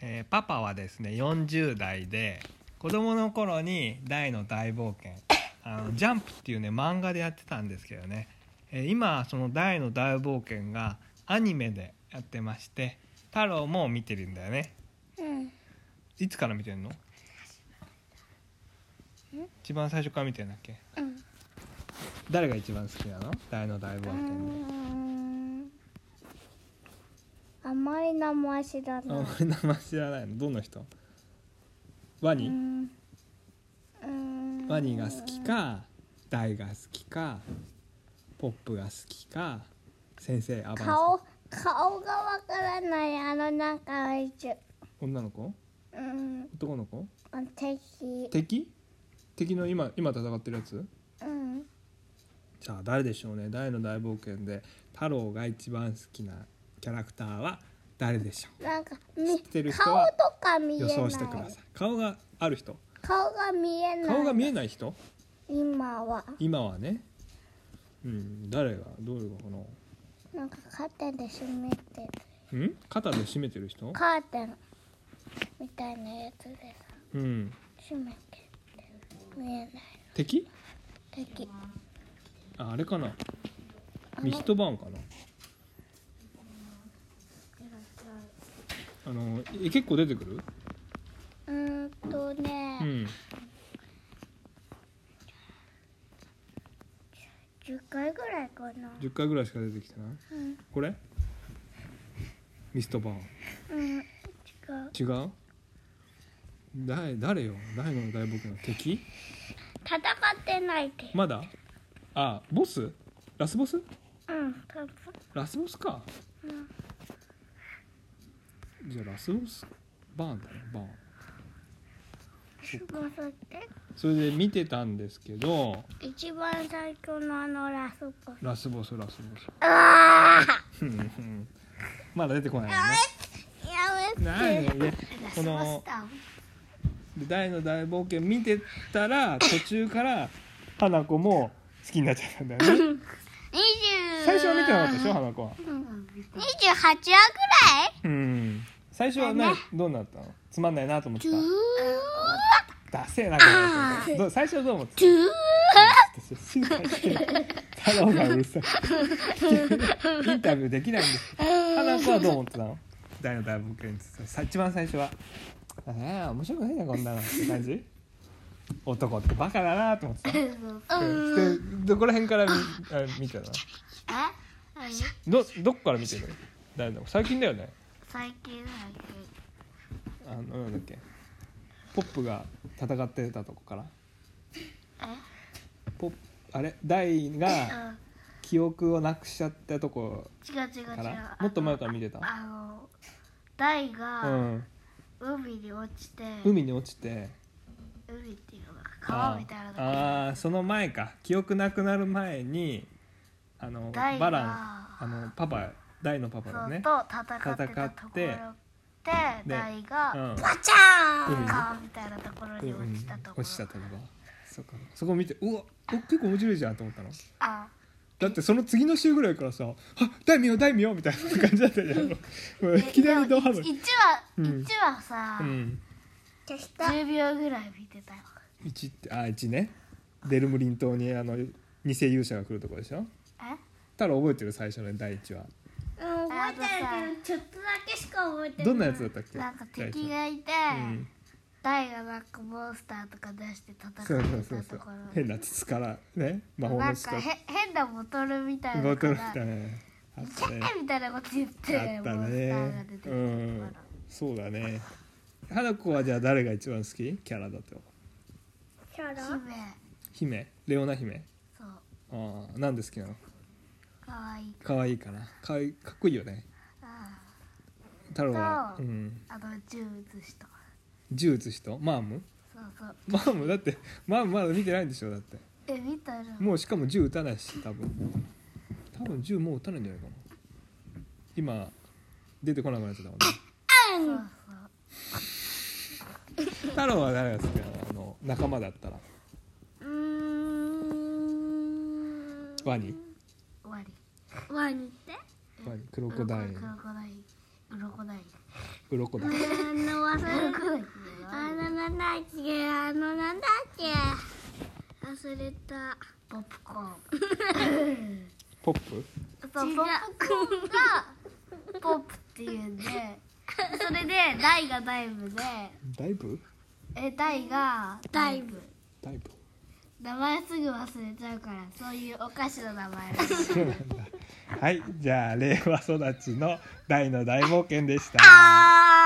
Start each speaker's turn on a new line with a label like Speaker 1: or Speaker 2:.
Speaker 1: えーパパはですね40代で子供の頃に「大の大冒険」あの「ジャンプ」っていうね漫画でやってたんですけどね、えー今その「大の大冒険」がアニメでやってまして太郎も見てるんだよね
Speaker 2: うん
Speaker 1: いつから見てんの一番最初から見てんだっけ
Speaker 2: うん
Speaker 1: 誰が一番好きなの大の大冒
Speaker 2: うー
Speaker 1: 険で
Speaker 2: んあまり名前知ら
Speaker 1: あ
Speaker 2: なんい
Speaker 1: まり名前知らないのどの人ワ
Speaker 2: う
Speaker 1: ニ、
Speaker 2: んうーん
Speaker 1: ワニが好きかダイが好きかポップが好きか先生アバンさん
Speaker 2: 顔顔がわからないあのなんかいつ
Speaker 1: 女の子
Speaker 2: うん
Speaker 1: 男の子
Speaker 2: あ敵
Speaker 1: 敵敵の今今戦ってるやつ
Speaker 2: うん
Speaker 1: じゃあ誰でしょうね大の大冒険で太郎が一番好きなキャラクターは誰でしょ
Speaker 2: なんかみ
Speaker 1: てる人
Speaker 2: 顔
Speaker 1: は
Speaker 2: とか見
Speaker 1: う
Speaker 2: え
Speaker 1: 予
Speaker 2: ない
Speaker 1: 想してください顔がある人
Speaker 2: 顔が見えない
Speaker 1: 顔が見えない人
Speaker 2: 今は
Speaker 1: 今はねうん誰がどれがかな
Speaker 2: なんかカーテンで閉めてる
Speaker 1: うん肩で締めてる人
Speaker 2: カーテンみたいなやつで
Speaker 1: うん
Speaker 2: 閉めてる見えない
Speaker 1: 敵
Speaker 2: 敵
Speaker 1: ああれかな
Speaker 2: あの
Speaker 1: ミストバーンかなあのえ結構出てくる
Speaker 2: うーんと
Speaker 1: う
Speaker 2: ね、
Speaker 1: ん
Speaker 2: 10回ぐらいかな
Speaker 1: 10回ぐらいしか出てきてない
Speaker 2: うん、
Speaker 1: これミストバーン
Speaker 2: うん、違う
Speaker 1: 違う誰誰よ誰の大冒険の敵
Speaker 2: 戦ってないで
Speaker 1: まだあボスラスボス
Speaker 2: うん多分
Speaker 1: ラスボスか、じゃあラスボスバーンだねバーン
Speaker 2: すごすって
Speaker 1: それで見てたんですけど
Speaker 2: 一番最強のあのラスボス
Speaker 1: ラスボスラスボス
Speaker 2: ああ
Speaker 1: うんうんまだ出てこないよ
Speaker 2: や
Speaker 1: ね
Speaker 2: めて
Speaker 1: ないよね
Speaker 2: ラス
Speaker 1: こ
Speaker 2: ボ
Speaker 1: の
Speaker 2: スだ
Speaker 1: で大の大冒険見てたら途中から花子も好きになっちゃったんだよね
Speaker 2: 20
Speaker 1: 最初は見てなかったでしょ花子は
Speaker 2: 28話ぐらい
Speaker 1: うん最初はね
Speaker 2: だね
Speaker 1: どうなったのつまんないなと思って
Speaker 2: うー
Speaker 1: た
Speaker 2: わ
Speaker 1: ダセえなこれどう最初はどう思ってた
Speaker 2: うーわ
Speaker 1: 心配してる太郎がうるさいインタビューできないんです花子はどう思ってたの大の大冒険についてさ一番最初は「えー、面白くないなこんなの」って感じ男ってバカだなと思ってた、でどこら辺から見あ見てたのどどこから見てるの誰だ最近だよね
Speaker 2: 最近
Speaker 1: あのなんだっけポップが戦ってたとこからポッあれ大が記憶をなくしちゃったとこ
Speaker 2: 違う違う違
Speaker 1: か
Speaker 2: う
Speaker 1: らもっと前から見てた
Speaker 2: あの大
Speaker 1: う
Speaker 2: が
Speaker 1: ん
Speaker 2: 海に落ちて、
Speaker 1: 海に落ちて
Speaker 2: 海っていうのが川みたいなとこ
Speaker 1: あーあーその前か記憶なくなる前にあの
Speaker 2: ダイが
Speaker 1: バランあのパパ大のパパ
Speaker 2: そ
Speaker 1: だ
Speaker 2: う
Speaker 1: ね
Speaker 2: と戦ってたところで
Speaker 1: で
Speaker 2: 大が、
Speaker 1: うん
Speaker 2: バチャー
Speaker 1: 海
Speaker 2: ン
Speaker 1: に
Speaker 2: 川みたいなところに落ちたところ、
Speaker 1: 落ちたところそこそこ見てうわお結構面白いじゃんと思ったの
Speaker 2: あ
Speaker 1: だってその次の週ぐらいからさ「あ大名大名」みたいな感じだったじゃんもういきなりドハマ
Speaker 2: 1
Speaker 1: りう
Speaker 2: 話
Speaker 1: ん
Speaker 2: 一話さ、
Speaker 1: うん
Speaker 2: 消した10秒ぐらい見てたよ
Speaker 1: 1ってあ一ねデルムリン島にあの偽勇者が来るとこでしょ
Speaker 2: え
Speaker 1: 太郎覚えてる最初の第一話
Speaker 3: うん、覚えてるけど、ちょっとだけしか覚えてない。
Speaker 1: どんなやつだったっけ
Speaker 2: なんか
Speaker 1: 第
Speaker 2: 敵がいて、
Speaker 1: 一話うん
Speaker 2: ダイがなんかモンスターとか出して戦ってたと
Speaker 1: そう
Speaker 2: こ
Speaker 1: そう
Speaker 2: ろ
Speaker 1: そうそう変な筒からね魔法
Speaker 2: な
Speaker 1: の
Speaker 2: ん
Speaker 1: 筒
Speaker 2: か
Speaker 1: から
Speaker 2: へ変なボトルみたいな
Speaker 1: ボ
Speaker 2: の
Speaker 1: ト
Speaker 2: か
Speaker 1: ル
Speaker 2: ら
Speaker 1: みたいなねあっ
Speaker 2: キャ
Speaker 1: たね
Speaker 2: ッみたいなこと言って
Speaker 1: あった
Speaker 2: モンスターが
Speaker 1: ね
Speaker 2: 出てき
Speaker 1: う
Speaker 2: たとこ
Speaker 1: んそうだね花子はじゃあ誰が一番好きキャラだと
Speaker 3: キャ
Speaker 2: ろ
Speaker 3: ラ。
Speaker 2: 姫
Speaker 1: 姫レオナ姫
Speaker 2: そう
Speaker 1: ああなんで好きなの
Speaker 2: かわいい
Speaker 1: 可愛いかな可愛いかっこいいよね
Speaker 2: あ
Speaker 1: 太郎は、う、
Speaker 2: そうんあの銃撃つ人
Speaker 1: 銃撃つ人マーム
Speaker 2: そうそう
Speaker 1: マームだってマームまだ見てないんでしょだって
Speaker 2: え見たら
Speaker 1: もうしかも銃撃たないし多分多分銃もう撃たないんじゃないかな今出てこなくなっちゃったもんね
Speaker 2: そうそう
Speaker 1: 太郎は誰が好きなのあの仲間だったら
Speaker 2: うーん終
Speaker 1: ワニ
Speaker 2: わり
Speaker 3: ワニって。
Speaker 1: ワニクロコダイル
Speaker 2: クロコダイルクロコダ
Speaker 1: 鱗だ
Speaker 2: イル
Speaker 3: あの忘 れあのなんだっけあのなんだっけ忘れた
Speaker 2: ポップコーン
Speaker 1: ポップ
Speaker 2: ポップコーンがポップっていうんでそれで大がダイブで
Speaker 1: ダイブ
Speaker 2: え大が
Speaker 3: ダイブ
Speaker 1: ダイブ
Speaker 2: 名前すぐ忘れちゃうからそういうお菓子の名前らしい
Speaker 1: そうなんだはいじゃあ令和育ちの大の大冒険でした
Speaker 3: あー